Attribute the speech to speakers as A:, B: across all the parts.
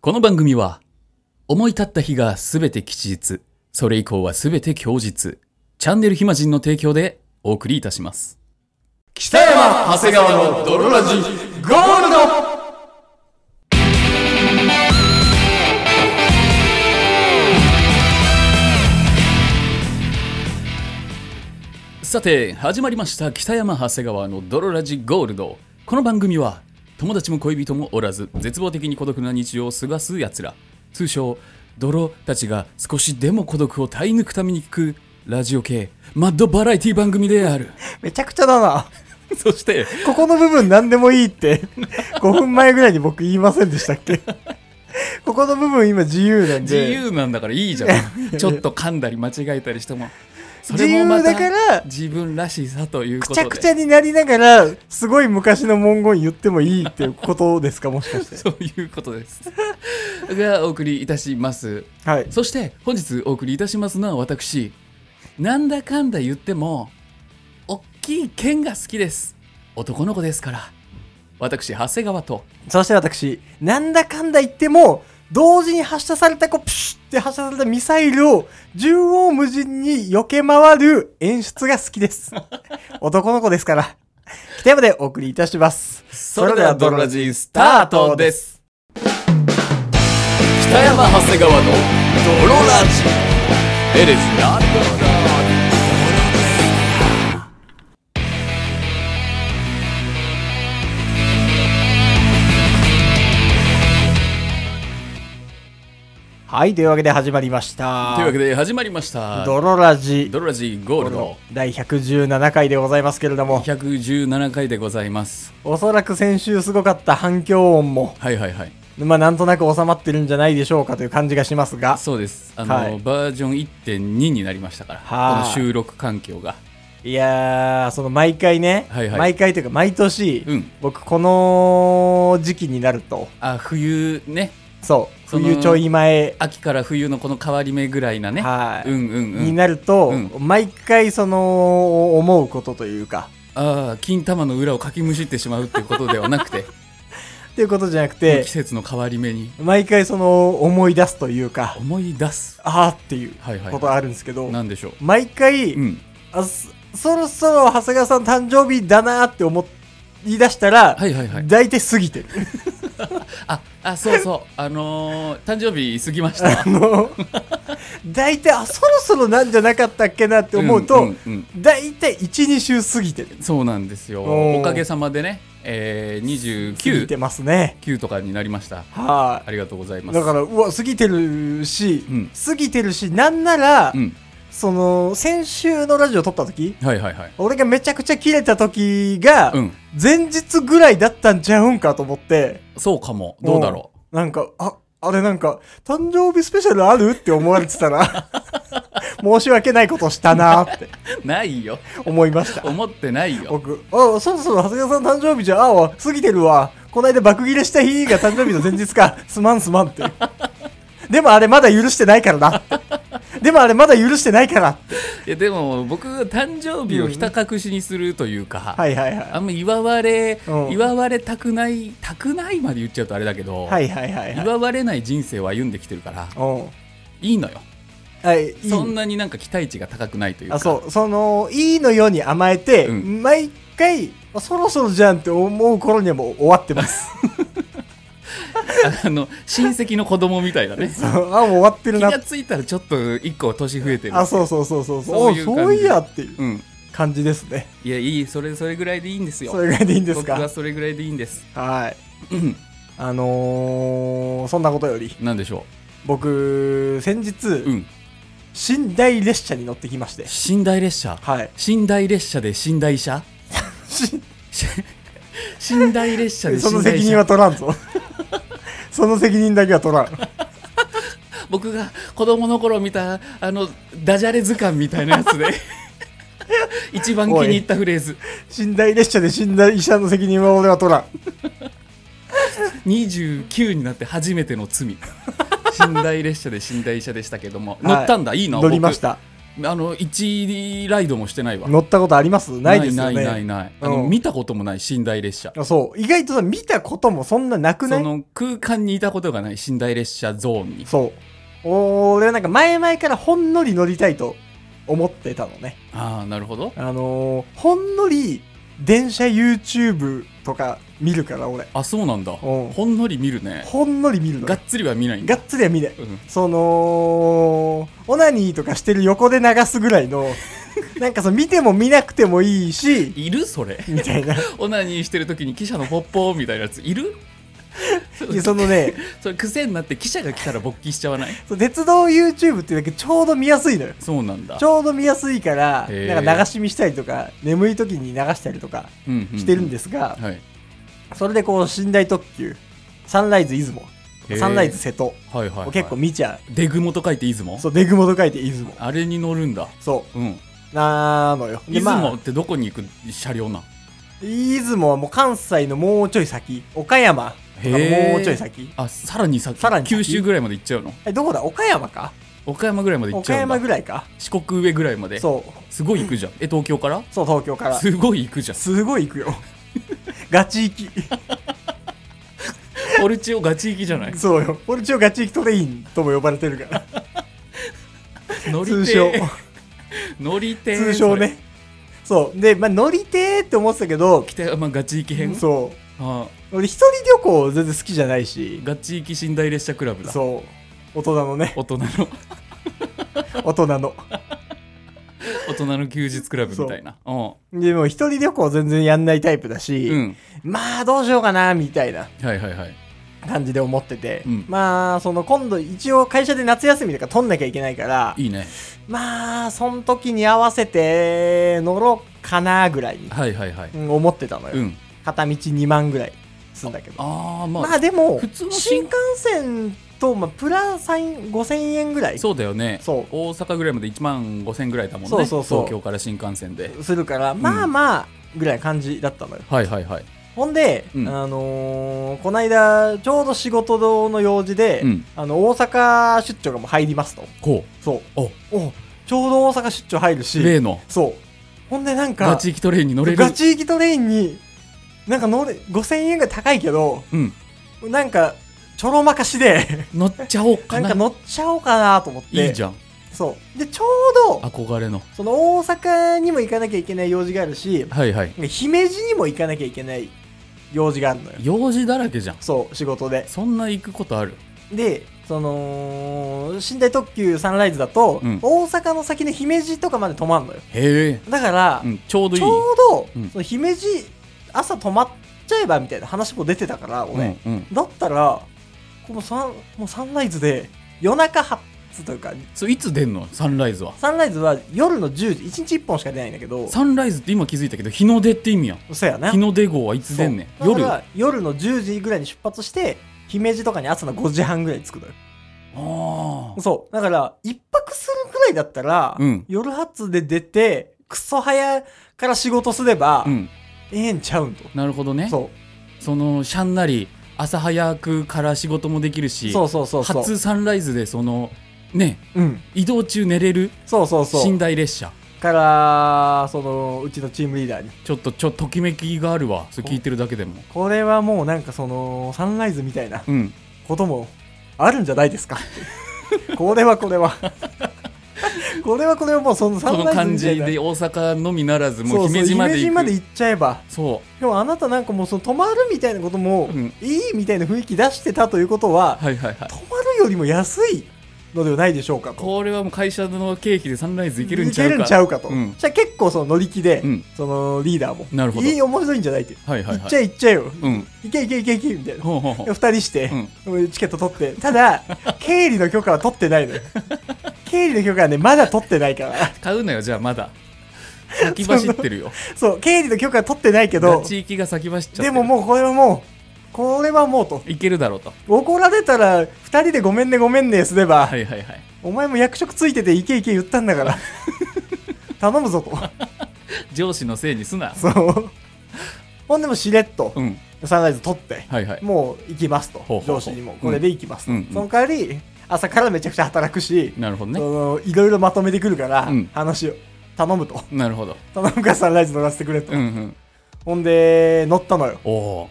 A: この番組は思い立った日がすべて吉日それ以降はすべて供日チャンネル暇人の提供でお送りいたします
B: 北山長谷川の泥ラジゴールド
A: さて始まりました北山長谷川の泥ラジゴールドこの番組は友達も恋人もおらず絶望的に孤独な日常を過ごす奴ら通称泥たちが少しでも孤独を耐え抜くために聞くラジオ系マッドバラエティ番組である
C: めちゃくちゃだな。
A: そして
C: ここの部分何でもいい って、5分前ぐらいに僕言いませんでしたっけここの部分今自由なん
A: 自
C: で。
A: 由なんだからいいじゃ んちょっと噛んだり間違えたりしてもそれ
C: 自
A: も
C: 由
A: ま
C: だ
A: た
C: から、
A: 自分らしさというこ
C: く
A: と
C: ち
A: で
C: ゃくちゃになりながら、すごい昔の文言言ってもいいっていうことですか、もしかして。
A: そういうことですがお送りいたします
C: はい。
A: そして本日お送りいたしますのは私なんだかんだ言っても大きい剣が好きです男の子ですから私長谷川と
C: そして私、なんだかんだ言っても、同時に発射された、こう、プシュって発射されたミサイルを、縦横無尽に避け回る演出が好 きです。男の子ですから。北山でお送りいたします。
A: そ
C: れではドロラ
A: ジス
C: タートです
A: 北山長谷川のドロラジエレスな
C: はい、というわけで始まりました。
A: というわけで始まりました
C: ドロラジ
A: ドロラジゴールド
C: 第117回でございますけれども、
A: 117回でございます
C: おそらく先週すごかった反響音も、
A: はいはいはい
C: まあなんとなく収まってるんじゃないでしょうかという感じがしますが、
A: そうですあの、
C: はい
A: バージョン1.2になりましたから
C: はい
A: この収録環境が
C: いやー、その毎回ね、
A: はいはい
C: 毎回というか毎年、
A: うん
C: 僕この時期になると、
A: あ冬ね
C: そう、
A: その
C: 冬ちょい前、
A: 秋から冬のこの変わり目ぐらいなね
C: はい
A: うんうんう
C: に
A: ん
C: なると、
A: う
C: 毎回その思うことというか、
A: ああ金玉の裏をかきむしってしまうっていうことではなくて
C: っていうことじゃなくて
A: 季、節の変わり目に
C: 毎回その思い出すというか、
A: 思い出す
C: あーっていう
A: はいはい
C: ことあるんですけど、
A: なんでしょ
C: 毎回、
A: ううん
C: あそそろそろ長谷川さん誕生日だなーって思い出したら、
A: はいはいはい
C: 大体過ぎてる
A: ああそう そうあのー誕生日過ぎました
C: あの大体あそろそろなんじゃなかったっけなって思うと、
A: んうんうん
C: 大体12週過ぎてる
A: そうなんですよ
C: おー
A: おかげさまでね、えー、
C: 過ぎ
A: 29
C: てますね
A: 9とかになりました
C: は
A: ありがとうござい
C: い
A: ます
C: だからうわ過ぎてるし、
A: うん
C: 過ぎてるしなんなら、
A: うん
C: その先週のラジオ撮った時
A: はいはいはい
C: 俺がめちゃくちゃキレた時が、
A: うん
C: 前日ぐらいだったんちゃうんかと思って
A: そうかもどうだろ
C: うんなんか、あ、あれなんか、誕生日スペシャルあるって思われて たら、申し訳ないことしたなって
A: うない よ
C: 思いました。
A: 思ってないよ
C: 僕、あ、そろそろ長谷川さん誕生日じゃ、ああ、過ぎてるわ。こないだ爆切れした日が誕生日の前日か。 すまんすまんって。でもあれまだ許してないからなって。でもあれまだ許してないからって。
A: いやでも僕が誕生日をひた隠しにするというか、
C: はいはいは
A: あんま祝われ、
C: うん
A: 祝われたくないたくないまで言っちゃうとあれだけど、
C: い。はいはいはいはい。
A: 祝われない人生を歩んできてるから
C: うん。
A: いいのよ
C: はい、いい
A: そんなになんか期待値が高くないというか
C: あそうそのいいのように甘えて、
A: うん
C: 毎回あそろそろじゃんって思う頃にはもう終わってます
A: あの親戚の子供みたいなね
C: そうあもう終わってる
A: 気
C: な
A: がついたらちょっと一個年増えてる
C: あそうそうそうそう
A: そ
C: そうう
A: いう
C: そう
A: 感じ
C: いやっていう
A: うん
C: 感じですね
A: いやいいそれそれぐらいでいいんですよ
C: それぐらいでいいんです
A: 僕は
C: か
A: それぐらいでいいんです
C: はい
A: うん
C: あのー、そんなことより
A: なんでしょ
C: 僕先日、
A: ううん
C: 寝台列車に乗ってきまして
A: 寝台列車
C: はい
A: 寝台列車で寝台 車
C: し
A: し寝台列車で寝
C: その
A: 台
C: 責任は
A: 車
C: 取らんぞ その責任だけは取らん
A: 僕が子供の頃見たあのダジャレ図鑑みたいなやつ で一番気に入ったフレーズ
C: 寝台列車で寝台医者の責任は俺は取らん
A: 29になって初 めての罪寝台列車で寝台車でしたけども
C: は
A: 乗
C: い
A: ったんだいいの
C: 乗りました
A: あの1ライドもしてないわ
C: 乗ったことありますないですよ
A: な
C: ね。
A: いないないないあの、
C: うん
A: 見たこともない寝台列車
C: あそう。意外とさ、見たこともそんななくな
A: そ
C: い
A: の空間にいたことがない寝台列車ゾーンに
C: そう。俺はなんか前々からほんのり乗りたいと思ってたのね。
A: ああなるほど
C: あのーほんのり電車 YouTube とか見るから俺。
A: あそうなんだ
C: ん
A: ほんのり見るね
C: ほんのり見るの
A: が
C: よ。
A: っつりは見ないんだ
C: がっつりは見ない。
A: うん
C: その、オナニーとかしてる横で流すぐら いの、なんかその見ても見なくてもいいし、
A: いるそれ
C: み たいな。
A: オナニーしてる時に記者のポッポーみたいなやついるそ
C: いやそのね、
A: それ癖になって記者が来たら勃起しちゃわない
C: そう鉄道 YouTube っていうだけちょうど見やすいのよ。
A: そうなんだ
C: ちょうど見やすいから、
A: へー
C: なんか流し見したりとか、眠い時に流したりとかしてるんですすが、
A: はい
C: それでこう、寝台特急、サンライズ出雲、
A: へー
C: サンライズ瀬戸を
A: はいはいはい
C: 結構見ちゃ
A: デグモと書いて出雲
C: う。そう、出雲と書いて出雲。
A: あれに乗るんだ
C: そ
A: うん
C: う、なのよ。で
A: 出
C: ま
A: 雲
C: あ
A: ってどこに行く車両なん
C: 出雲はもう関西のもうちょい先、岡山とか
A: へー
C: もうちょい先。
A: あさらに先
C: さらに先
A: 九州ぐらいまで行っちゃうの
C: え、どこだ岡山か
A: 岡山ぐらいまで行っち
C: 岡
A: ゃうんだ
C: 山ぐらいか。
A: 四国上ぐらいまで
C: そう、
A: すごい行くじゃんえ東京から
C: そう、東京から。
A: すごい行くじゃん
C: すごい行くよ。 ガチ行き。
A: ポルチオガチ行きじゃない
C: そうよ。俺一応ガチ行きトレインとも呼ばれて るから。
A: 乗りて
C: 通
A: ー
C: 称。
A: 乗りてー
C: 通称ね。そう。で、まあ、乗りてーって思ってたけど、
A: 北山ガチ行き編
C: そ
A: あ
C: う。俺、一人旅行全然好きじゃないし、
A: ガチ行き寝台列車クラブだ
C: そう。大人のね、
A: 大人の
C: 大人の。
A: 大人の休日クラブみたいなう
C: でも、一人旅行全然やんないタイプだし、
A: んうん
C: まあ、どうしようかな、みたいな
A: はいはいはい
C: 感じで思ってて、
A: うん
C: まあ、その、今度、一応会社で夏休みとか取んなきゃいけないから、
A: いいね
C: まあ、その時に合わせて乗ろうかな、ぐらいに、
A: はいはいはい
C: うん思ってたのよ。
A: うん
C: 片道2万ぐらいすんだけど。
A: ああまあ、
C: まあでも
A: 普通の新
C: 新幹線と、まあ、プラス5000円ぐらい
A: そうだよね
C: そう
A: 大阪ぐらいまで1万5000ぐらいだもんね
C: そうそうそう
A: 東京から新幹線です
C: るから、まあまあぐらいな感じだったのよ
A: はいはいはい
C: ほんで、
A: うん
C: あのーこの間ちょうど仕事の用事で、
A: うん
C: あの大阪出張がもう入りますと
A: こ
C: そう
A: うお
C: おちょうど大阪出張入るし
A: 例の
C: そうほんでなんか
A: ガチ行きトレインに乗れる
C: ガチ行きトレインになんか乗れ5000円が高いけど
A: うん
C: なんかちょろまかしで
A: 乗っちゃおう
C: な
A: か
C: ん
A: な
C: か乗っちゃおうかなと思って
A: いいじゃん
C: そうでちょうど
A: 憧れの
C: その大阪にも行かなきゃいけない用事があるし、
A: はいはい
C: 姫路にも行かなきゃいけない用事があるのよ。
A: 用事だらけじゃん
C: そう、仕事で。
A: そんな行くことある
C: で、その、寝台特急サンライズだと、
A: うん
C: 大阪の先の姫路とかまで泊まるのよ。
A: へえ、
C: だから、
A: うん、ちょうどい
C: ち
A: い
C: ょうど、
A: うん
C: その姫路、朝泊まっちゃえばみたいな話も出てたから、俺。
A: うんうん、
C: だったら、このサン、もうサンライズで、夜中発というか、
A: そういつ出んのサンライズは
C: サンライズは夜の10時、1日1本しか出ないんだけど、
A: サンライズって今気づいたけど日の出って意味やん
C: そうやな
A: 日。の出号はいつ出んねん
C: そう
A: 夜
C: だか
A: あ
C: ら夜の10時ぐらいに出発して姫路とかに朝の5時半ぐらいに着くのよ
A: あ
C: そうだから一泊するぐらいだったら、
A: うん
C: 夜発で出てクソ早から仕事すれば、
A: うん
C: ええんちゃうんと
A: なるほどね
C: そ
A: そのシャンなり朝早くから仕事もできるし
C: うそうそうそうそう
A: 初サンライズでそのね
C: うん
A: 移動中寝れる
C: そうそうそ
A: 寝
C: う
A: 台列車
C: からそのうちのチームリーダーに
A: ちょっとちょときめきがあるわそれ聞いてるだけでも
C: これはもうなんかそのサンライズみたいな
A: うん
C: こともあるんじゃないですか これはこれはこれはこれはもうそのサ
A: こ
C: ン
A: の
C: ライズ
A: 感
C: みた
A: じ
C: いな
A: で大阪のみならず
C: そ
A: も
C: う
A: う
C: そ
A: 姫
C: う
A: 路まで行く
C: 行っちゃえば
A: そ
C: でもあなたなんかもうその泊まるみたいなことも、
A: うん
C: いいみたいな雰囲気出してたということは、
A: うはいはいはい
C: 泊まるよりも安いのではないでしょうかと
A: これはもう会社の経費でサンライズ行けるんちゃうか
C: いけるんちゃうかと、
A: うん
C: じゃあ結構その乗り気で、
A: うん
C: そのリーダーも
A: なるほど
C: いい面白いんじゃないって、
A: はいはいはい
C: 行っちゃえ行っちゃえよ、
A: うん
C: 行け行け行け行けみたいな
A: ほうほうほう
C: で二人して、チケット取ってただ経理の許可は取ってな いのよ経理の許可はねまだ取ってないから
A: 買うなよじゃあまだ先走ってるよ
C: そう経理の許可は取ってないけ
A: ガ
C: ど
A: チ行きが先走っちゃってる
C: でももうこれはもうこれはもうと
A: いけるだろうと
C: 怒られたら二人でごめんねごめんねすれば、
A: はいはいはい
C: お前も役職ついてていけいけ言ったんだから 頼むぞと
A: 上司のせいにすな
C: そうほんでもしれっと
A: うん
C: サンライズ取って、
A: はいはい
C: もう行きますと
A: ほうほうほう
C: 上司にもこれで行きますと、
A: うんうん
C: その代わり朝からめちゃくちゃ働くし、
A: なるほど
C: そ
A: ね
C: のいろいろまとめてくるから、
A: うん
C: 話を頼むと
A: なるほど
C: 頼むからサンライズ乗らせてくれと、
A: うんうん
C: ほんで乗ったのよ
A: おお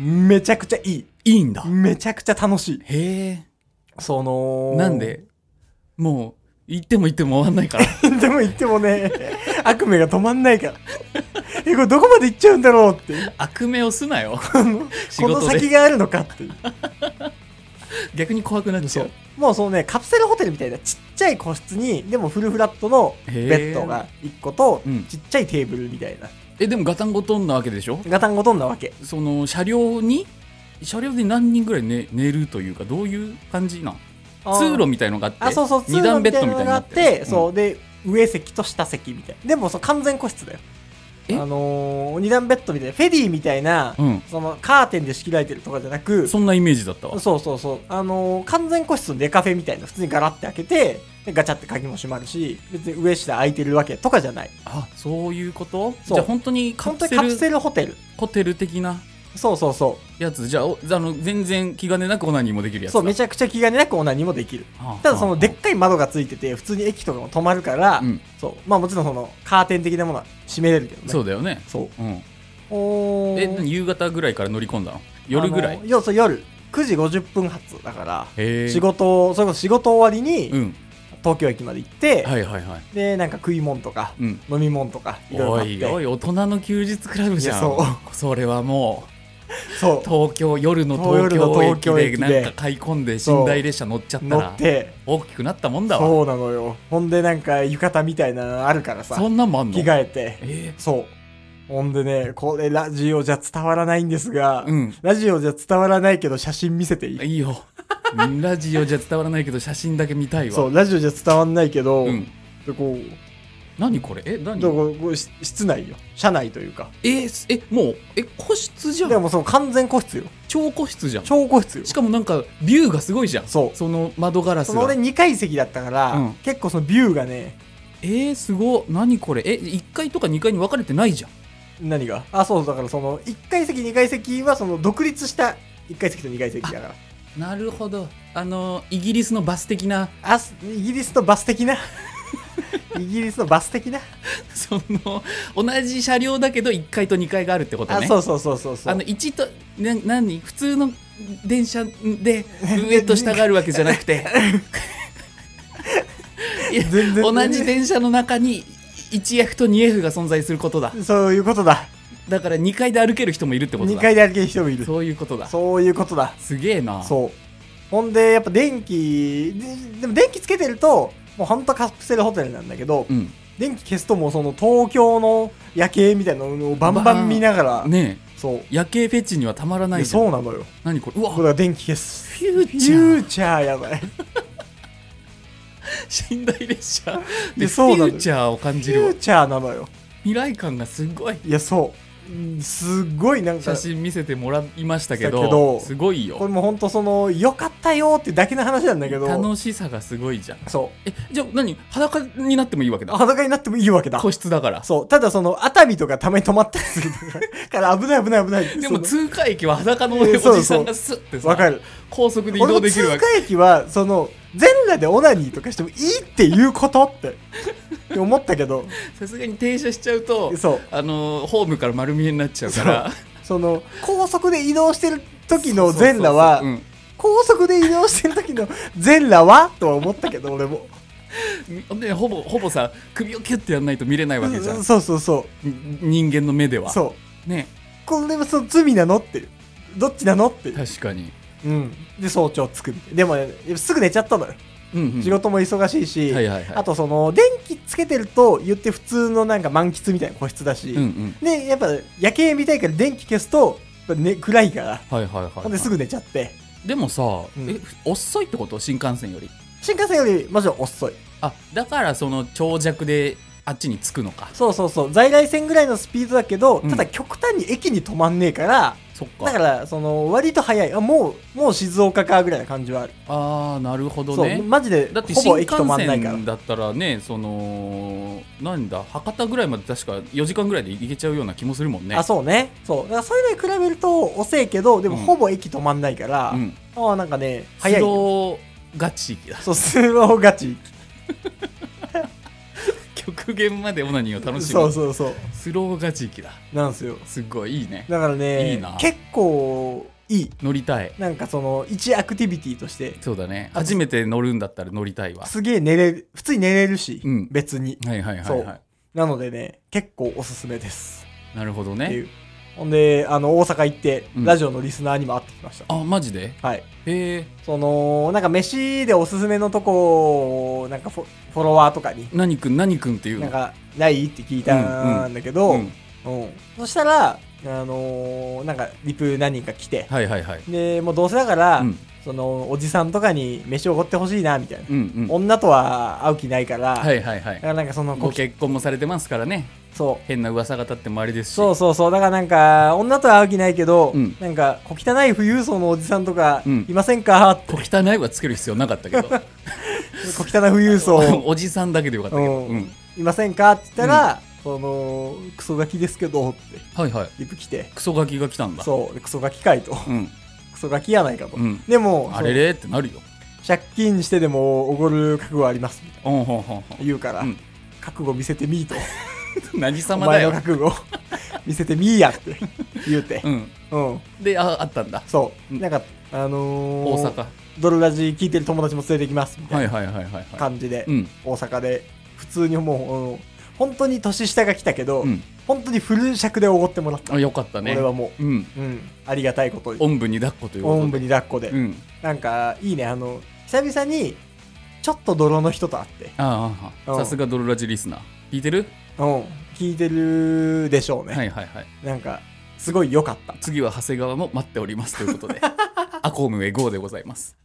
C: めちゃくちゃいい
A: いいんだ
C: めちゃくちゃ楽しい
A: へ
C: その
A: えなんでもう行っても行っても終わんない から
C: でも言ってもね、悪夢が止まんないから。え、これどこまで行っちゃうんだろうっていう。
A: 悪名をすなよ仕
C: この
A: 事
C: 先
A: で
C: があるのかっていう。
A: 逆に怖くなっちゃう
C: もうそのね、カプセルホテルみたいなちっちゃい個室に、でもフルフラットのベ
A: へー
C: ッドが1個と
A: うん、
C: ちっちゃいテーブルみたいな。
A: えでもガタンゴトンなわけでしょ
C: ガタンゴトンなわけ。
A: その車両に車両で何人ぐらい寝寝るというかどういう感じなん通路みたいのがあって
C: あ、そうそう、
A: 二
C: 通路
A: 段ベ
C: みた
A: ッ
C: い
A: ド
C: な
A: み
C: の
A: たいに
C: が
A: な
C: あ
A: っ
C: って
A: る
C: て、そう、で、上席と下席みたいな。でもそう、完全個室だよ。
A: え
C: あのー、二段ベッドみたいな、フェリーみたいな、
A: うん、
C: そのカーテンで仕切られてるとかじゃな
A: うん
C: く、
A: そんなイメージだったわ
C: そうそうそう。あのー完全個室のデカフェみたいな、普通にガラって開けて、でガチャって鍵も閉まるし、別に上下空いてるわけとかじゃない。
A: あそういうことじ
C: そう
A: ゃあ本当にカ
C: 本
A: プ
C: 当
A: セ
C: にカプ
A: ル
C: セルホテル。
A: ホテル的な
C: そうそうそ
A: やつじゃあおあの全然気兼ねなくオナニーもできる
C: う。
A: やつ
C: そう、め
A: ゃ
C: ちゃくちゃ気兼ねなくオナニーもできる。ただそのでっかい窓がついてて、普通に駅とかも止まるから、
A: うん
C: そう。まあもちろんそのカーテン的なものは閉めれるけどね。。
A: そううだよね
C: そう。
A: うん
C: おー
A: え何夕方ぐらいから乗り込んだの夜ぐらい
C: あのよそう、夜。9時50分発だから、
A: へえ
C: 仕事を、それこそ仕事終わり
A: う
C: に、
A: ん
C: 東京駅まで行って、
A: はいはいはい
C: で、なんか食い物とか、
A: うん
C: 飲み物とか、いろいろ
A: お
C: 買っ
A: い
C: て。
A: おい大人の休日クラブじゃん
C: いやそ
A: それはも
C: そう
A: う。東京夜の東
C: 夜の
A: 京
C: 東
A: 駅
C: 京
A: で
C: 駅で
A: なんか買い込んで寝台列車乗っちゃった
C: 乗っ
A: ら
C: て
A: 大きくなったもんだわ
C: そうなのよほんでなんか浴衣みたいなのあるからさ
A: そんなんもあんの
C: 着替えて
A: え
C: そうほんでねこれラジオじゃ伝わらないんですが、
A: うん
C: ラジオじゃ伝わらないけど写真見せていい
A: ーいいよラジオじゃ伝わらないけど写真だけ見たいわ
C: そうラジオじゃ伝わんないけど、
A: うん
C: でこう
A: 何これえ何
C: でこうこうし室内よ車内というか
A: えーえもうえ個室じゃ
C: で
A: ん
C: もその完全個室よ
A: 超個室じゃん
C: 超個室よ
A: しかもなんかビューがすごいじゃん
C: そう
A: の窓ガラス
C: その
A: が
C: 俺2階席だったから、
A: うん
C: 結構そのビューがね
A: えー、すごい何これえ1階とか2階に分かれてないじゃん
C: 何があそうそうだからその1階席2階席はその独立した1階席と2階席だから
A: なるほどあのイギリスのバス的な
C: あすイギリスのバス的なイギリスのバス的な、
A: その同じ車両だけど1階と2階があるってこと
C: あ
A: ね
C: そうそうそうそうそう
A: あの1とな何普通の電車 で上と下があるわけじゃなく ていや
C: 全然
A: 同じ電車の中に 1F と 2F が存在することだ
C: そういうことだ
A: だから2階で歩ける人もいるってこと
C: 2
A: だ
C: 階で歩ける人もいるそう
A: そういうことだ
C: いうことだ
A: すげえな
C: そうほんでやっぱ電気ででも電気つけてるともうほんとカプセルホテルなんだけど、
A: うん
C: 電気消すともうその東京の夜景みたいなのをバンバン見ながら、
A: ね
C: そう
A: え夜景フェチにはたまらない
C: で
A: じゃん
C: そうなのよ
A: 何これう
C: これ
A: わ
C: は電気消す
A: フューチャー
C: フューチャーやばい
A: 寝台列車
C: い
A: でフ
C: やそうなの
A: ュ
C: よ
A: ーチャーを感
C: フ
A: じる
C: ュ
A: わ
C: ーチャーなのよ
A: 未来感がすごい
C: いやそううんすっごいなんか
A: 写真見せてもらいましたけど
C: だけど
A: すごい
C: こ
A: よ
C: れも本当その良かったよってだけの話なんだけど
A: 楽しさがすごいじゃん
C: そ
A: えじゃあ何裸になってもいいわけ
C: う
A: だ
C: 裸になってもいいわけだ
A: 個室だから
C: そうただその熱海とかたまに泊まったりする から危ない危ない危ない
A: で
C: そ
A: も
C: の
A: 通過駅は裸のおじ
C: そう
A: さ
C: そ
A: ん
C: う
A: がスッて
C: わか
A: さ
C: る
A: 高速で移
C: 俺
A: 動
C: も
A: できる
C: 通
A: わけ
C: 過駅はその全裸でオナニーとかしてもいいっていうことって って思ったけど
A: さすがに停車しちゃうと
C: そう
A: あのホームから丸見えになっちゃうから
C: その高速で移動してる時の全裸は
A: そうそう
C: 高速で移動してる時の全裸はとは思ったけど俺も
A: そううんでほぼほぼさ首をキュッてやんないと見れないわけじゃん
C: そうそうそ
A: 人間の目で
C: う
A: は
C: そう
A: ね
C: これもその罪なのっていうどっちなのっていう
A: 確かに、
C: うん、で早朝着くみたいなでも、ね、すぐ寝ちゃったのよ、
A: うんうん
C: 仕事も忙しいし、
A: はいはいはい
C: あとその電気つけてると言って普通のなんか満喫みたいな個室だし、
A: うんうん
C: でやっぱ夜景見たいから電気消すと、やっぱね、暗いから、
A: はいはいはいはい、
C: ほんですぐ寝ちゃって
A: でもさ、
C: うん
A: え遅いってこと新幹線より
C: 新幹線よりもちろん遅い
A: あだからその長尺であっちに着くのか
C: そうそうそう在来線ぐらいのスピードだけど、
A: うん
C: ただ極端に駅に止まんねえから
A: そっか
C: だからその割と早いあもうもう静岡かぐらいな感じはある、
A: ああなるほど
C: そう
A: ね
C: マジで
A: だって
C: ほ
A: 新
C: ぼ
A: 幹
C: 駅止まんないから
A: 線だったらねそのなんだ博多ぐらいまで確か4時間ぐらいで行けちゃうような気もするもんね
C: あそうねそうだからそれに比べると遅いけどでも
A: うん
C: ほぼ駅止まんないから、
A: うん
C: ああなんかね
A: 早
C: 早
A: い
C: いよ
A: 動ガチだ
C: そう、スマホガチ。
A: 極限までオナニーを楽しむ
C: そうそうそう。
A: スローガチ域だ
C: なんですよ。
A: すっごいいいね
C: だからね、
A: いいな
C: 結構いい。
A: 乗りたい
C: なんかその、一アクティビティとして、
A: そうだね初めて乗るんだったら乗りたいわ
C: すげえ寝れる、普通に寝れるし、
A: うん
C: 別に。
A: はいはいは
C: そ
A: いうは
C: なのでね、結構おすすめです。
A: いなるほど
C: ってい
A: ね
C: う。ほんで、あの、大阪行って、
A: うん
C: ラジオのリスナーにも会ってきました。
A: あマジで
C: はい。
A: へえ
C: その、なんか飯でおすすめのとこを、なんかフォフォロワーとかに、
A: 何くん何くんっていう
C: なん
A: の
C: か、ないって聞いたんだけど、
A: うん
C: うん、そしたら、あのーなんかリプ何人か来て、
A: はいはいはい
C: でもうどうせだから、
A: うん
C: そのおじさんとかに飯をおごってほしいなみたいな、
A: うんうん
C: 女とは会う気ないから、
A: はいはいは
C: だ
A: い
C: からなんかその
A: ご結婚もされてますからね
C: そう
A: 変な噂が立ってもあれですし
C: そうそうそうだからなんか女とは会う気ないけど、
A: うん
C: なんか小汚い富裕層のおじさんとか
A: うん
C: いませんか、って
A: 小汚いはつける必要なかったけど
C: 小汚い富裕層
A: おじさんだけでよかったけど、
C: う
A: うんん、
C: いませんかって言ったら、そのクソガキですけどって
A: はいはい
C: リプ来て
A: クソガキが来たんだ
C: そうでクソガキかいと
A: う、ん、
C: クソガキやないかと、
A: うん
C: でも
A: あれれってなるよ
C: 借金してでもおごる覚悟はありますみたい
A: うんほん ほんほん
C: な言うから、
A: うん
C: 覚悟見せてみーと
A: 何
C: お
A: 様だ
C: 前の
A: よ、
C: 覚悟を 見せてみーやって言うて
A: う、ん、
C: うん
A: でああったんだ
C: そう
A: うん
C: なんかあのー、
A: 大阪
C: ドルラジ聞いてる友達も連れてきますみた
A: はいい
C: な
A: はいはいはいはい
C: 感じで、
A: うん
C: 大阪で普通にもう、うん本当に年下が来たけど、
A: うん
C: 本当にフル尺でおごってもらった、
A: あよかったね
C: 俺はも
A: うん
C: う、うん、ありがたいことに
A: おんぶに抱っこということ
C: お
A: で
C: んぶに抱っこで、
A: うん
C: なんかいいねあの久々にちょっと泥の人と会って
A: ああああ
C: うん
A: さすがドルラジリスナー聞いてる
C: うん、聞いてるでしょうね、
A: はいはいはい
C: なんかすごい良かった
A: 次は長谷川も待っておりますという ことでアコムへ GO でございます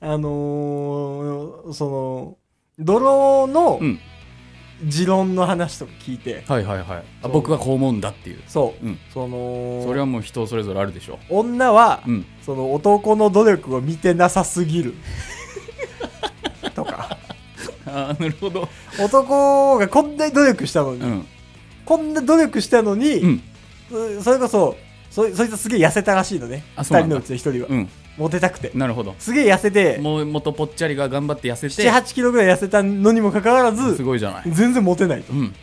C: あのー、その泥の
A: うん
C: 持論の話とか聞いて、
A: はいはいはいあ
C: そう
A: 僕はこう思うんだっていう
C: そう、
A: うん
C: その
A: それはもう人それぞれあるでしょ
C: 女は、
A: ううん
C: その男の努力を見てなさ すぎるとか
A: ああなるほど
C: 男がこんなに努力したのに、
A: うん
C: こんな努力したの
A: う
C: に、
A: ん
C: そそれこそそそいつすげえ痩せたらしいのね
A: あ
C: 二
A: そうな
C: 人
A: んだ
C: のうちの一人は、
A: うん
C: モテたくて
A: なるほど
C: すげえ痩せて
A: もう元ぽっちゃりが頑張って痩せて
C: 7、8キロぐらい痩せたのにもかかわら
A: す
C: ず、
A: ごいじゃない
C: 全然モテないと
A: う。ん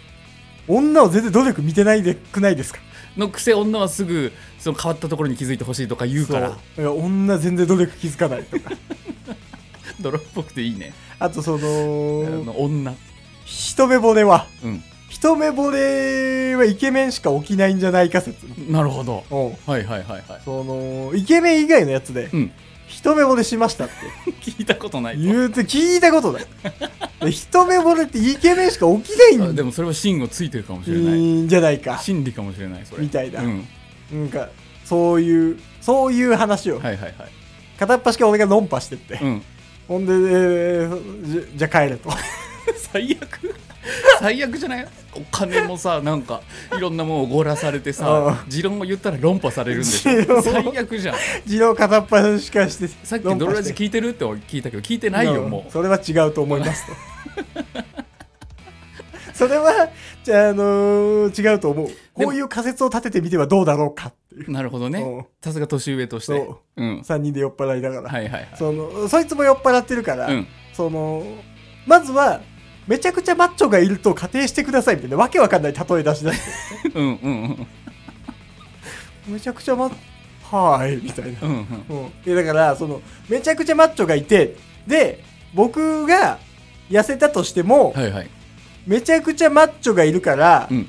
C: 女を全然努力見てないでくないですか
A: のくせ女はすぐその変わったところに気づいてほしいとか言うから
C: そうだから女全然努力気づかないとか。
A: 泥っぽくていいね
C: あとそ
A: あ
C: の、
A: の女
C: 一目惚れは、
A: うん
C: 一目惚れはイケメンしか起きないんじゃないか説。
A: なるほど
C: うん
A: はいはいはいはい
C: その、イケメン以外のやつで、
A: うん
C: 一目惚れしましたって
A: 聞いたことないと
C: 言うて聞い たことない。で一目惚れってイケメンしか起きない
A: あ
C: ん
A: でもそれは真をついてるかもしれない
C: んじゃないか。
A: 真理かもしれないそれ
C: みたいな
A: うん
C: なんか、そういう、そういう話を、
A: はいはいはい
C: 片っ端から俺が論破してって。
A: うん
C: ほんで、えーじゃじゃあ帰れと。
A: 最悪最悪じゃないお金もさなんかいろんなもんおごらされてさ持論も言ったら論破されるんでし
C: 持論
A: ょ最悪じゃん
C: 自動片っ端しかして。
A: さっき「ドロラジ
C: 聞
A: 聞
C: い
A: いてる?」って聞いたけど聞いてないよも
C: それは違うと思いますと。 それは、じゃあ、あのー違うと思う。こういう仮説を立ててみてはどうだろうかっていう
A: う。なるほど
C: うん
A: ねさすが年上として、
C: そう
A: ん、
C: 3人で酔っ払いながら。
A: はいはいはい
C: その、そいつも酔っ払ってるから、
A: うん
C: その、まずは、めちゃくちゃマッチョがいると仮定してくださいみたいな、わけわかんない例え出しだして。
A: うんうんうん
C: めちゃくちゃマッ、はーい、みた いな
A: う。んうん
C: うん、いやだからそのめちゃくちゃマッチョがいてで僕が痩せたとしても、
A: はいはい
C: めちゃくちゃマッチョがいるから、
A: うん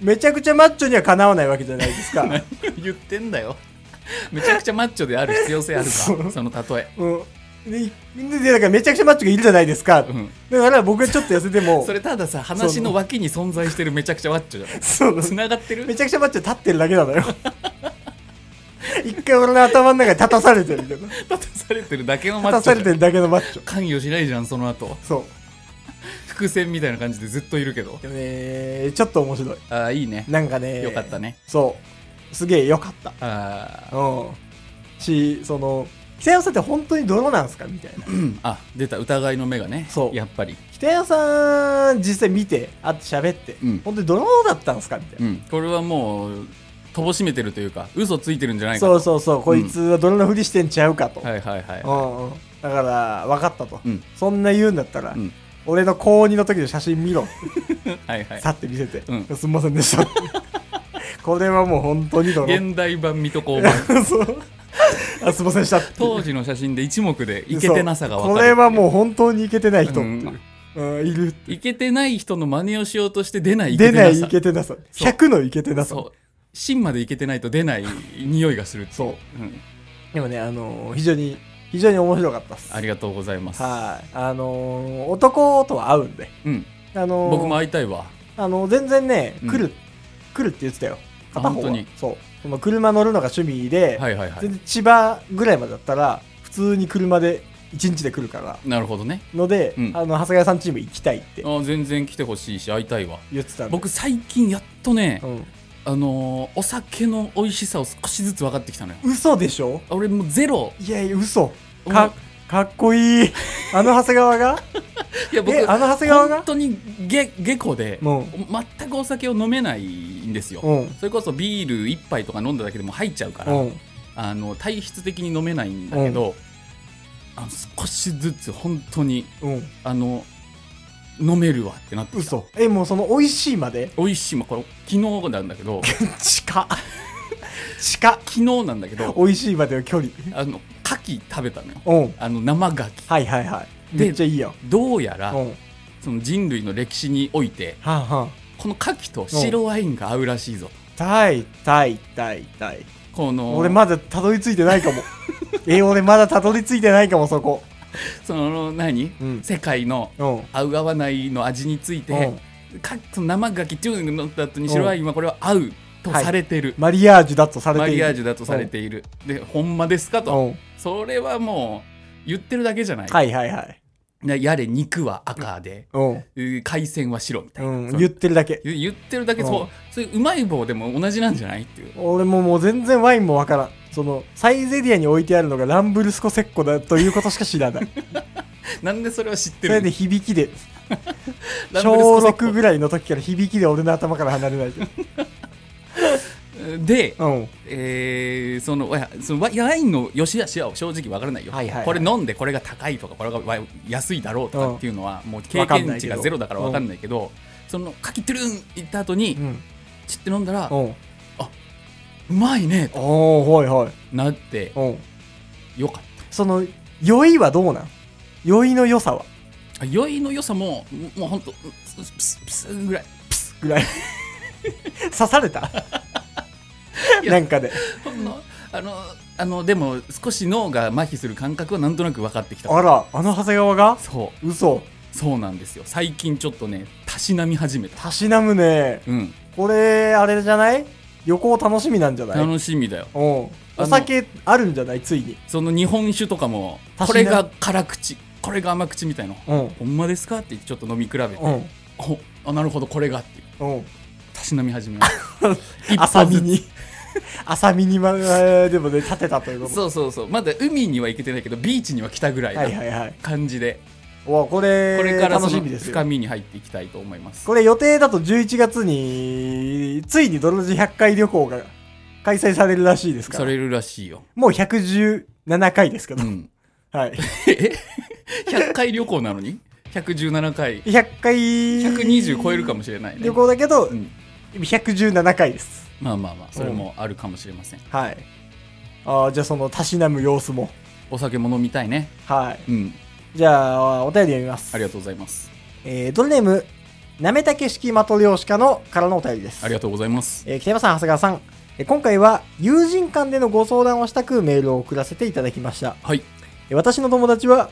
C: めちゃくちゃマッチョにはかなわないわけじゃな いですか、
A: 言ってんだよめちゃくちゃマッチョである必要性ある
C: そう
A: かその例え
C: うん、でででだからめちゃくちゃマッチョがいるじゃないですか、
A: うん
C: だから僕がちょっと痩せても
A: それたださ話の脇に存在してるめちゃくちゃマッチョじゃない
C: その
A: つながってる
C: めちゃくちゃマッチョ立ってるだけなのよ 一回俺の頭の中に立たされてるみたいな立
A: 立たされてるだけのマ
C: た
A: ッチョ
C: さ
A: じ
C: れ
A: ゃん
C: てるだけのマッチョ
A: 関与しないじゃんその後
C: そう
A: 伏線みたいな感じでずっといるけど
C: でもねちょっと面白い
A: ああいいね
C: なんかね
A: よかったね
C: そうすげえよかった
A: あ
C: うん。し、その、北山さんって本当に泥なんすかみたいな。
A: ーあ出た疑いの目がね
C: そう
A: やっぱり
C: 北山さん、実際見て、会って喋って、
A: うん
C: 本当に泥だったんすかみたいうな。
A: んこれはもう乏しめてるというか嘘ついてるんじゃないか
C: そう
A: と
C: そうそう、こいつは泥のふりしてんちゃうかと。
A: はいはいはい、
C: うんうん。だだから分かったと、
A: うん
C: そんな言うんだったら、
A: うん
C: 俺の高2の時の写真見ろって
A: はいはい
C: さって見せて、
A: うん
C: すんませんでした これはもう本当にだろ
A: 現代版水戸黄門
C: そうあすいませんでした
A: 当時の写真で一目でイケてなさが分
C: そう
A: か
C: こ
A: る
C: れはもう本当にイケてない人っていう
A: うん
C: うんいる
A: イケてない人の真似をしようとして出ないイケ
C: 出
A: て
C: な
A: ないさ
C: イケてなさ
A: そう
C: 100のイケてなさ
A: そう芯までいけてないと出ない匂いがするっていう
C: そう
A: うん
C: でもねあのー非常に非常に面白かったっす
A: ありがとうございます、
C: はいあのー男とは会うんで
A: うん、
C: あのー
A: 僕も会いたいわ
C: あのー全然ね
A: うん
C: 来る、来るって言ってたよ
A: あ
C: 片方
A: 本
C: は
A: 当に
C: そうその車乗るのが趣味で、
A: はいはいは
C: 全
A: い
C: 然千葉ぐらいまでだったら普通に車で1日で来るから
A: なるほどね
C: ので、
A: うん
C: あの長谷川さんチーム行きたいって
A: あ全然来てほしいし会いたいわ
C: 言ってたんで
A: 僕最近やっとね、
C: うん、
A: あのーお酒の美味しさを少しずつ分かってきたのよ
C: 嘘でしょ
A: 俺もうゼロ
C: いやいや嘘
A: お
C: かかっこいいあの長谷川が
A: いや僕
C: えあの長谷川が
A: 本当に下下戸で、
C: うん
A: 全くお酒を飲めないんですよ、
C: うん
A: それこそビール1杯とか飲んだだけでも入っちゃうから、
C: うん
A: あの体質的に飲めないんだけど、あの少しずつ本当に
C: うん
A: あの飲めるわってなってきた
C: 嘘えもうその美味しいまで
A: 美味しいまあこれ昨日なんだけど
C: 近っ近っ
A: 昨日なんだけど
C: 美味しいまでの距離
A: あの牡蠣食べたのよ
C: うん
A: あの生牡蠣
C: はいはいはい
A: で
C: めっちゃいいやん
A: どうやら、
C: うんは
A: その人類の歴史において
C: あはあ
A: この牡蠣と白ワインが合うらしいぞと
C: たいたいたいたい
A: この
C: 俺まだたどり着いてないかも え俺まだたどり着いてないかもそこ
A: その何、
C: うん
A: 世界の
C: うん
A: 合う合わないの味についてかその生牡蠣っていうのが乗った後に
C: うん
A: 白ワインはこれは合うとされてる、
C: マリアージュだとされて
A: マ
C: いる
A: リアージュだとされているでほんまですか
C: う
A: と
C: んうん
A: それはもう言ってるだけじゃない、
C: はいはいはい
A: なやれ肉は赤で、
C: うん
A: う海鮮は白みたいな、
C: うん
A: そう
C: 言ってるだけ
A: 言言ってるだけそう,、
C: うん
A: そういううまい棒でも同じなんじゃないっていう
C: 俺ももう全然ワインもわからんそのサイゼリアに置いてあるのがランブルスコセッコだということしか知ら ない
A: なんでそれを知っ
C: そ
A: てる
C: れ
A: の
C: で響きで
A: ラブレス
C: 小
A: コセッコ
C: 6ぐらいの時から響きで俺の頭から離れないけど
A: で、
C: うん
A: えーそのいやそのワワインの良し悪しは正直わからないよ、
C: はいはいはい
A: これ飲んでこれが高いとかこれがわ安いだろうとかっていうのは、もう経
C: わかん
A: 験
C: ない
A: 値
C: けど
A: がゼロだからわかんないけど、そのかきトゥルン行った後に、
C: うん
A: チッて飲んだら、う
C: うん
A: まいね
C: おおはいはい
A: となって
C: うん
A: よかっ
C: その酔いはどうなん酔いの良さは
A: たあ酔いの良さももうほんとプスプスプスぐらい
C: ぐらい 刺された
A: いや
C: なんかで
A: ほんのあのあのでも少し脳が麻痺する感覚はなんとなく分かってきた
C: あらあの長谷川が
A: そう
C: 嘘
A: そうなんですよ最近ちょっとねたしなみ始めた
C: たしなむね
A: うん
C: これあれじゃない旅行楽しみなんじゃない
A: 楽しみだよ
C: う
A: あ
C: ん
A: の
C: お酒あるんじゃないついに
A: その日本酒とかも
C: たし
A: こ
C: な
A: れが辛口これが甘口みたいな
C: うん
A: ほんまですかって言ってちょっと飲み比べて、
C: うん
A: ほあなるほどこれがって
C: うん
A: たしなみ 始めました一
C: 浅
A: 歩
C: 見
A: ずつ
C: に 浅見にまえーでもね立てたということ
A: そうそうそうまだ海には行けてないけどビーチには来たぐらい
C: はいは
A: ない
C: はい
A: 感じで、
C: わこれ
A: これから
C: 楽
A: そ
C: し
A: の
C: みです
A: 深
C: よ
A: みに入っていきたいと思います
C: これ予定だと11月についにドロジ100回旅行が開催されるらしいですか
A: さ
C: ら
A: れるらしいよ、
C: もう117回ですけ
A: う
C: ど、
A: ん、
C: はい
A: え100回旅行なのに117回
C: 100回
A: 120超えるかもしれないね
C: 旅行だけど、
A: うん
C: 117回です
A: まあまあまあそれもあるかもしれません
C: はいあーじゃあそのたしなむ様子も
A: お酒も飲みたいね
C: はい
A: うん
C: じゃあお便り読みます
A: ありがとうございます
C: えー、ドルネームなめたけ式マトリョーシカのからのお便りです
A: ありがとうございます
C: えー北山さん長谷川さんえー今回は友人間でのご相談をしたくメールを送らせていただきました
A: はい
C: えー私の友達は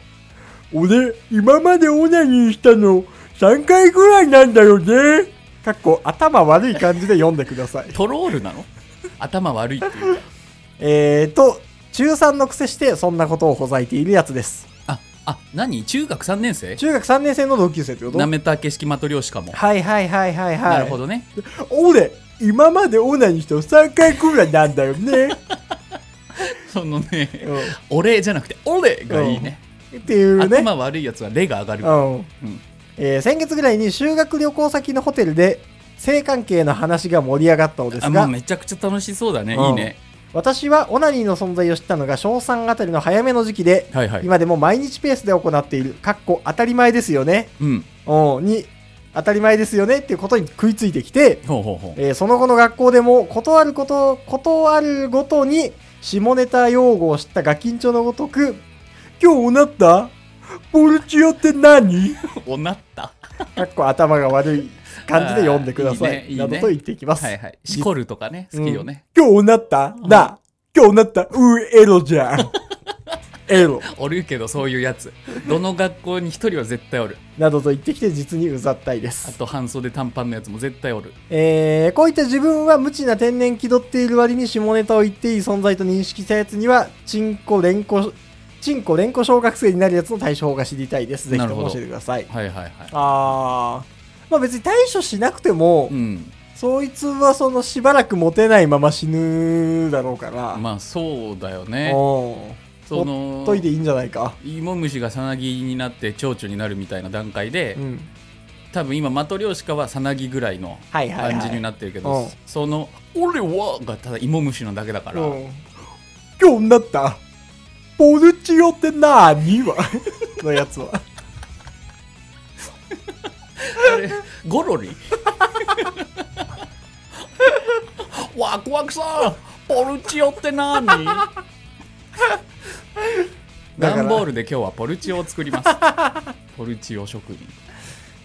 C: 俺今までオナニーしたの3回ぐらいなんだよねかっこ頭悪い感じで読んでください
A: トロールなの頭悪いっていう
C: えーと中3のくせしてそんなことをほざいているやつです
A: ああ何中学3年生
C: 中学3年生の同級生ってこと
A: なめた景色マトリョーシカも、
C: はいはいはいはいはい
A: なるほどね
C: 俺今までオナニーしたの3回くらいなんだ よね、
A: そのね
C: う
A: 「
C: ん
A: お礼」じゃなくて「お礼」がいいね、
C: っていうね。
A: 頭悪いやつは「礼」が上がる
C: うん
A: うん
C: えー先月ぐらいに修学旅行先のホテルで性関係の話が盛り上がったのです
A: あもう
C: が、
A: めちゃくちゃ楽しそうだね、
C: うん
A: いいね
C: 私はオナニーの存在を知ったのが小3あたりの早めの時期で、
A: はいはい
C: 今でも毎日ペースで行っている、かっこ当たり前ですよね、
A: うん
C: うんに、当たり前ですよねっていうことに食いついてきて、
A: ほうほうほう
C: えーその後の学校でも断ること、断るごとに下ネタ用語を知ったガキンチョのごとく、今日おなったボルチオって何
A: おなった
C: かっこ頭が悪い感じで読んでくださ
A: あーいい
C: い。
A: ねいいね
C: などと言っていきます。
A: はいはいしこるとかね好きよね、
C: 今日おなったなあ、今日おなったうーエロじゃ ん。エロ。
A: おるけどそういうやつどの学校に一人は絶対おる
C: などと言ってきて実にうざったいで
A: あ
C: す。
A: と半袖短パンのやつも絶対おる
C: えーこういった自分は無知な天然気取っている割に下ネタを言っていい存在と認識したやつには、チンコ連呼、チンコ連呼小学生になるやつの対処法が知りたいです。ぜひ
A: な
C: と
A: るほ
C: も
A: ど
C: 教えてください。
A: はいはいはい
C: あー。まあ別に対処しなくても、
A: うん
C: そいつはそのしばらくモテないまま死ぬだろうから、
A: まあそうだよ
C: う
A: ね
C: ん。
A: その
C: といでいいんじゃないか。
A: イモムシがサナギになって蝶々になるみたいな段階で、
C: うん。
A: 多分今マトリョーシカはサナギぐらいの
C: はいはいはい。
A: 感じになってるけど、
C: うん
A: その「俺は」がただイモムシなだけだから、
C: うん、今日になったボルチオってなーにはのやつは
A: あれゴロリ ワクワクさんポルチオって何
C: だから
A: 段ボールで今日はポルチオを作り ますポルチオ職人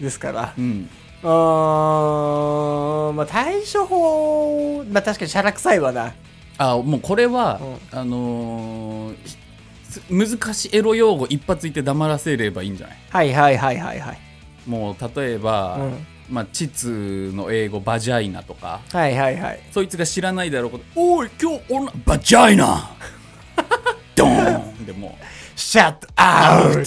C: ですから
A: うん
C: うーんまあ対処法まあ確かにしゃらくさいわな
A: あもうこれは、あのーひ難しいエロ用語一発言って黙らせればいいんじゃない
C: はいはいはいはいはい
A: もう例えば、
C: うん
A: まあ、チツの英語バジャイナとか
C: はいはいはい
A: そいつが知らないだろうこと「おい今日女バジャイ ナ! 」ドーンでも
C: シャットアウト
A: う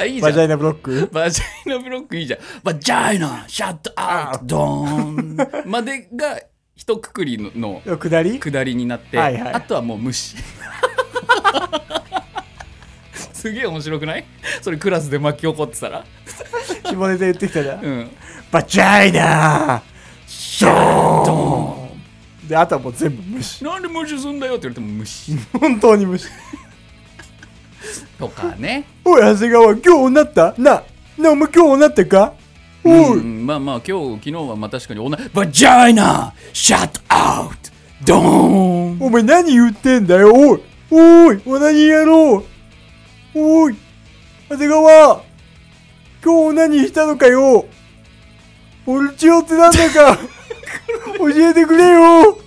A: あいいじゃ
C: バ
A: ん
C: ジャイナブロック
A: バジャイナブロックいいじゃんバジャイナシャットアウトドー ンまでが一括りのの
C: の下り
A: 下りになって、
C: はいはい
A: あとはもう無視 すげえ面白くないそれクラスで巻き起こってたら
C: 下ネタ言ってきたじゃん、
A: うん
C: バジャイナーショーンであとはもう全部無視
A: なんで無視すんだよって言われても無視
C: 本当に無視
A: とかね
C: おい長谷川今日女ったななお前今日女ったかおい、
A: うん、まあまあ今日昨日はまあ確かに女バジャイナシャットアウトドーン
C: お前何言ってんだよおいおいオナニーやろうおい長谷川今日オナニーしたのかよポルチオってなんだ か教えてくれよ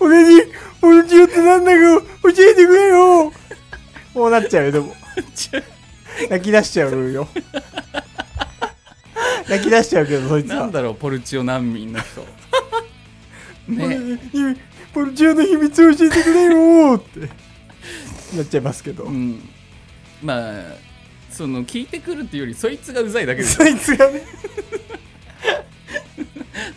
C: 俺にポルチオってなんだか教えてくれよこうなっちゃうよでも泣き出しちゃうよ泣き出しちゃうけどそいつは
A: なんだろうポルチオ難民の人ね
C: ね、ポルチオの秘密を教えてくれよーって なっちゃいますけど、
A: うんまあその聞いてくるっていうよりそいつがうざいだけ です
C: そいつがね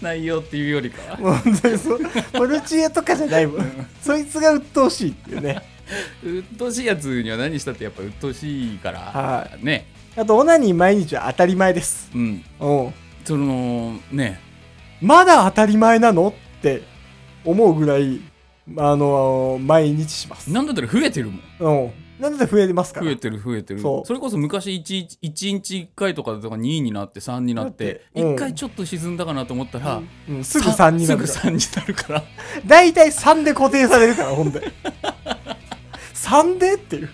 A: 内容っていうよりかは
C: もう本当にそうポルチオとかじゃないもんそいつが鬱陶しいっていうね
A: うっとうしいやつには何したってやっぱうっとうしいから、
C: は
A: ね
C: あとオナニー毎日は当たり前です
A: うん
C: うん
A: そのね
C: まだ当たり前なのって思うぐらいあの毎日します
A: なんだったら増えてるもん
C: うんなんで増えますから
A: 増えてる増えてる
C: そ
A: そうれこそ昔 1, 日1回とかとか2になって3になって
C: だってうん
A: 1回ちょっと沈んだかなと思ったら、
C: うん、すぐ3になる
A: すぐ3になる から
C: 大体3で固定されるからほんで3でっていう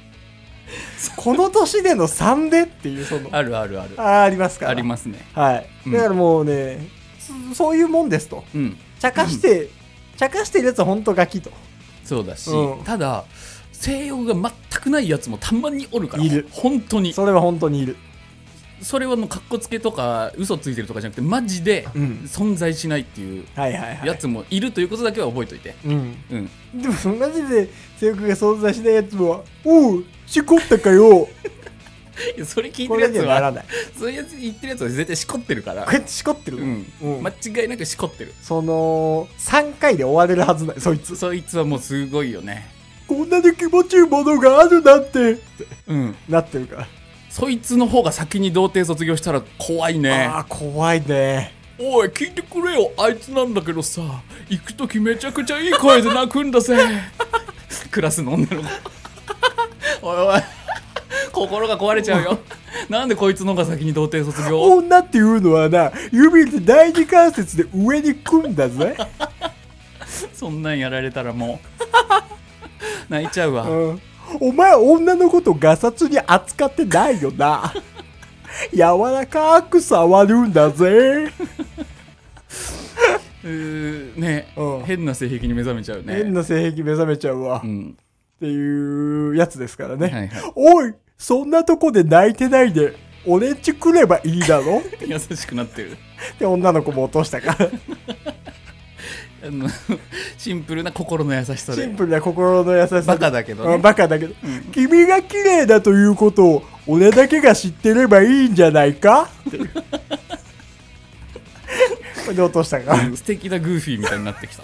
C: この年での3でっていうその
A: あるあるある
C: あーありますから
A: ありますね
C: はい、
A: うん
C: だからもうねそそういうもんですと
A: うん
C: 茶化して、茶化してるやつはほんとガキと
A: そうだし、
C: うん
A: ただ性欲が全くないやつもたまにおるから
C: いる
A: 本当にそ
C: それは本当にいる
A: れはもうかっこつけとか嘘ついてるとかじゃなくてマジで
C: うん
A: 存在しないっていう
C: はいはいはい
A: やつもいるということだけは覚えと いて、
C: うん
A: うん、
C: でもマジで性欲が存在しないやつは「おうしこったかよ
A: いやそれ聞」いて
C: こ
A: る
C: れ
A: やつ
C: にはなら
A: は
C: ないこ
A: そういうやつ言ってるやつは絶対しこってるから
C: うやってしこってる、
A: うん
C: うん
A: 間違いなくしこってる
C: その3回で終われるはずないそいつ
A: そいつはもうすごいよね
C: こんなに気持ちいいものがあるなんて
A: うん
C: なってるから、
A: そいつの方が先に童貞卒業したら怖いね
C: ああ怖いね
A: おい聞いてくれよあいつなんだけどさ行く時めちゃくちゃいい声で泣くんだぜ クラスの女の子 おい おい心が壊れちゃうよなんでこいつのが先に童貞卒業
C: 女っていうのはな指で第二関節で上に組んだぜ
A: そんなんやられたらも う泣いちゃうわ、
C: うんお前女のことガサツに扱ってないよ な柔らかく触るんだぜ
A: うーね、
C: うん
A: 変な性癖に目覚めちゃうね
C: 変な性癖目覚めちゃうわ、
A: う
C: っ
A: ん
C: ていうやつですからね、
A: はいは
C: おいそんなとこで泣いてないで俺んち来ればいいだ ろっ
A: い、優しくなってる
C: て女の子も落としたから
A: あのシンプルな心の優しさ
C: シ
A: で
C: ンプルな心の優しさで
A: バカだけどね
C: うんバカだけど、君が綺麗だということを俺だけが知ってればいいんじゃない かっていうこれで落とした から
A: 素敵なグーフィーみたいになってきた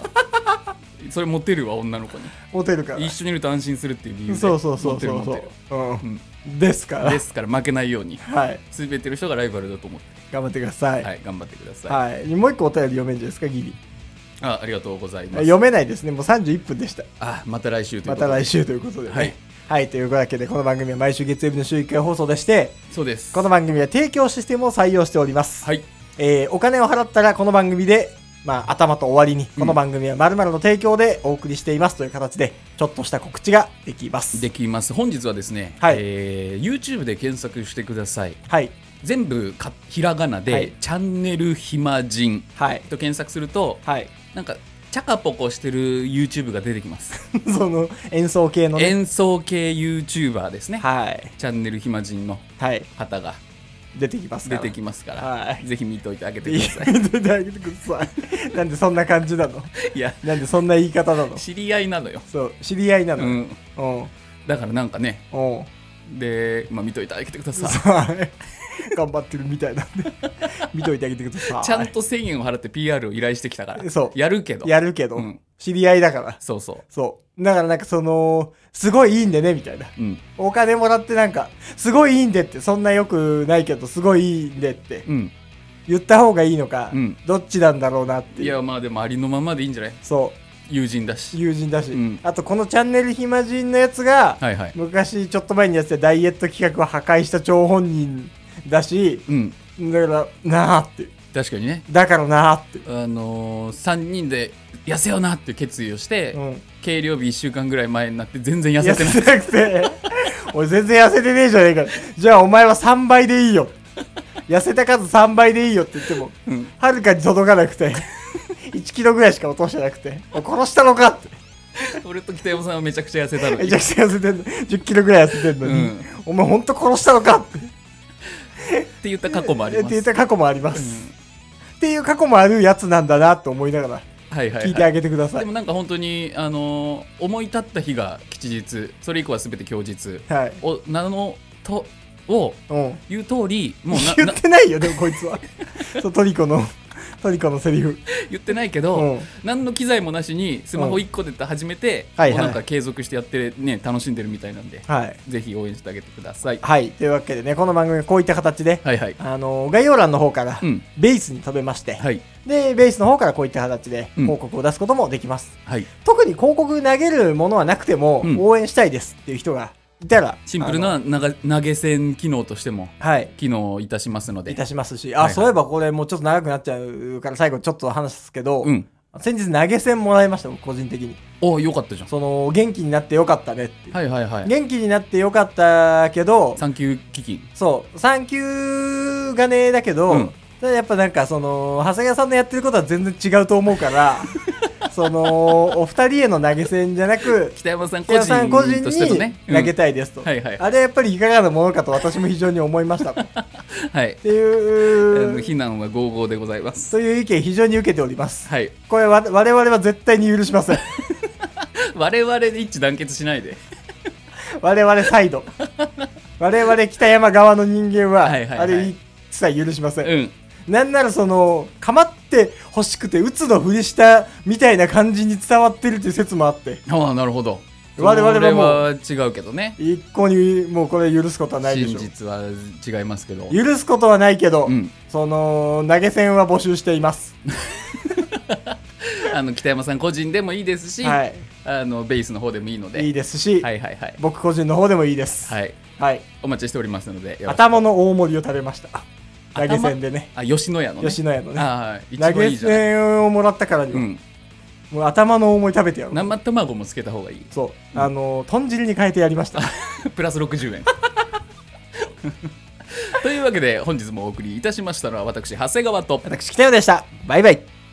A: それモテるわ女の子に
C: モテるから
A: 一緒にいると安心するっていう理由で
C: そうそうそ
A: モ
C: う
A: テる
C: そ
A: モ
C: う
A: テ
C: そう、
A: ん
C: うん、ですか
A: る
C: ら
A: ですから負けないように
C: はい
A: 全ての人がライバルだと思って
C: 頑張ってください、は
A: はいい頑張ってください
C: もう一個お便り読めんじゃないですかギリ
A: あありがとうございます
C: 読めないですねもう31分でした
A: あまた来週という
C: ま
A: こと
C: た
A: で
C: 来週ということで、ね、
A: はい、
C: はい、というわけでこの番組は毎週月曜日の週1回放送でして
A: そうです
C: この番組は提供システムを採用しております、
A: はい
C: えーお金を払ったらこの番組で、まあ、頭と終わりにこの番組は〇〇の提供でお送りしていますという形でちょっとした告知ができます
A: できます本日はですね、
C: はい
A: えー YouTube で検索してください
C: はい
A: 全部かひらがなで、
C: はい
A: チャンネル暇人
C: はい
A: と検索すると
C: はい
A: なんかチャカポコしてる YouTube が出てきます
C: その演奏系のね
A: 演奏系 YouTuber です ね、
C: はい
A: チャンネル暇人の
C: はい
A: 方が
C: 出てきます
A: 出
C: から
A: てきますから、
C: はい
A: ぜひ見といてあげてください
C: 出てあげてくださいなんでそんな感じなの
A: いや
C: なんでそんな言い方なの
A: 知り合いなのよ、
C: そう知り合いな
A: う
C: の
A: ん、
C: うんうん
A: だからなんかね
C: そう
A: で、まあ、見といてあげてください
C: はい頑張ってるみたいなん で見といてあげてください
A: ちゃんと1000円を払って PR を依頼してきたから
C: そう
A: やるけど
C: やるけど、
A: うん
C: 知り合いだから
A: そうそ
C: そうだからなんかそのすごいいいんでねみたいな
A: ううん
C: お金もらってなんかすごいいいんでってそんなよくないけどすごいいいんでって
A: うん
C: 言った方がいいのか、
A: うん
C: どっちなんだろうなって
A: い
C: いう
A: やまあでもありのままでいいんじゃない
C: そ
A: 友人だ
C: う
A: し
C: 友人だし、
A: うん
C: あとこのチャンネル暇人のやつが、
A: はいはい
C: 昔ちょっと前にやってたダイエット企画を破壊した張本人だし
A: うん
C: だからなあって
A: 確かにね
C: だからなあって
A: あのー、3人で痩せようなっていう決意をして、
C: うん
A: 計量日1週間ぐらい前になって全然痩
C: 痩
A: せてない
C: せてなくて 俺全然痩せてねえじゃねえかじゃあお前は3倍でいいよ痩せた数3倍でいいよって言っても
A: うん
C: はるかに届かなくて 1キロぐらいしか落としてなくてお殺したのかって
A: 俺と北山さんはめちゃくちゃ痩せたの
C: め
A: に
C: ちゃくちゃ痩せてんの10キロぐらい痩せてんのに、
A: うん
C: お前ほんと殺したのかって
A: って言った過去もあり
C: って
A: ま
C: 言っ
A: す。
C: た過去もあります、っていう過去もあるやつなんだなと思いながら
A: はいはい、はい。
C: 聞いてあげてくださ
A: で
C: い、
A: もなんか本当に、あのー思い立った日が吉日、それ以降はすべて供日。
C: はい、
A: お、なのと、を
C: うん
A: 言う通り、もうな
C: 言
A: な
C: ってないよでもこい つはそうトリコのトリコのセリフ
A: 言ってないけど、
C: うん
A: 何の機材もなしにスマホ1個で始めて、
C: はい
A: もうなん
C: は
A: か
C: い
A: 継続してやって、ね、楽しんでるみたいなんで、
C: はい
A: ぜひ応援してあげてください。
C: はい。というわけでね、この番組はこういった形で、
A: はいはい。
C: あの、概要欄の方から
A: うん、
C: ベースに飛べまして、
A: はい。
C: で、ベースの方からこういった形で
A: うん
C: 広告を出すこともできます。
A: はい。
C: 特に広告投げるものはなくても、
A: うん
C: 応援したいですっていう人がいたら、
A: シンプル
C: あの
A: ななが投げ銭機能としても、
C: はい。
A: 機能いたしますので。
C: いたします
A: は
C: し、
A: い
C: あ、
A: はい
C: そういえばこれもうちょっと長くなっちゃうから最後ちょっと話すけど、
A: うん。
C: 先日投げ銭もらいました、僕個人的に。
A: およかったじゃん。
C: その、元気になってよかったねっていう。
A: はいはいはい。
C: 元気になってよかったけど、
A: 産休基金。
C: そう、産休がねだけど、
A: うん
C: ただやっぱなんかその、長谷川さんのやってることは全然違うと思 うから、その、お二人への投げ銭じゃなく、
A: 北山さん個
C: 北
A: 人
C: 谷さん個人
A: としての
C: に
A: ね、うん
C: 投げたいですと。
A: はいはい
C: あれはやっぱりいかがなものかと私も非常に思いましたと。っ
A: はい
C: て
A: あ
C: い
A: の
C: う、
A: 非難は豪々でございます
C: そういう意見非常に受けております。
A: はい
C: これわ我々は絶対に許しません。
A: 我々で一致団結しないで
C: 我々サイド。我々北山側の人間
A: はい
C: は、
A: はいはい
C: あれ一切許しません。
A: うん
C: なんならその、構って欲しくて、鬱のふりしたみたいな感じに伝わってるっていう説もあって、
A: ああなるほど
C: 我々はもう
A: は違うけどね
C: 一向にもうこれ許すことはないでし
A: 真
C: ょ
A: 実は違いますけど
C: 許すことはないけど、
A: うん
C: その投げ銭は募集しています
A: あの北山さん個人でもいいですし、
C: はい
A: あのベースの方でもいいので
C: いいですし、
A: はいはいはい
C: 僕個人の方でもいいです
A: はい
C: はい
A: お待ちしておりますのでよろしく
C: 頭の大盛りを食べました投げ銭でね
A: あ吉野家のね
C: 吉野家のね
A: ああ一
C: 投
A: 番い
C: げ
A: いじゃない
C: 銭をもらったからに
A: う
C: は、
A: ん
C: もう頭の大盛り食べてやろう
A: 生卵もつけた方がい い
C: そう、あの豚汁に変えてやりました
A: プラス60円 というわけで本日もお送りいたしましたのは私長谷川と
C: 私北野でしたバイバイ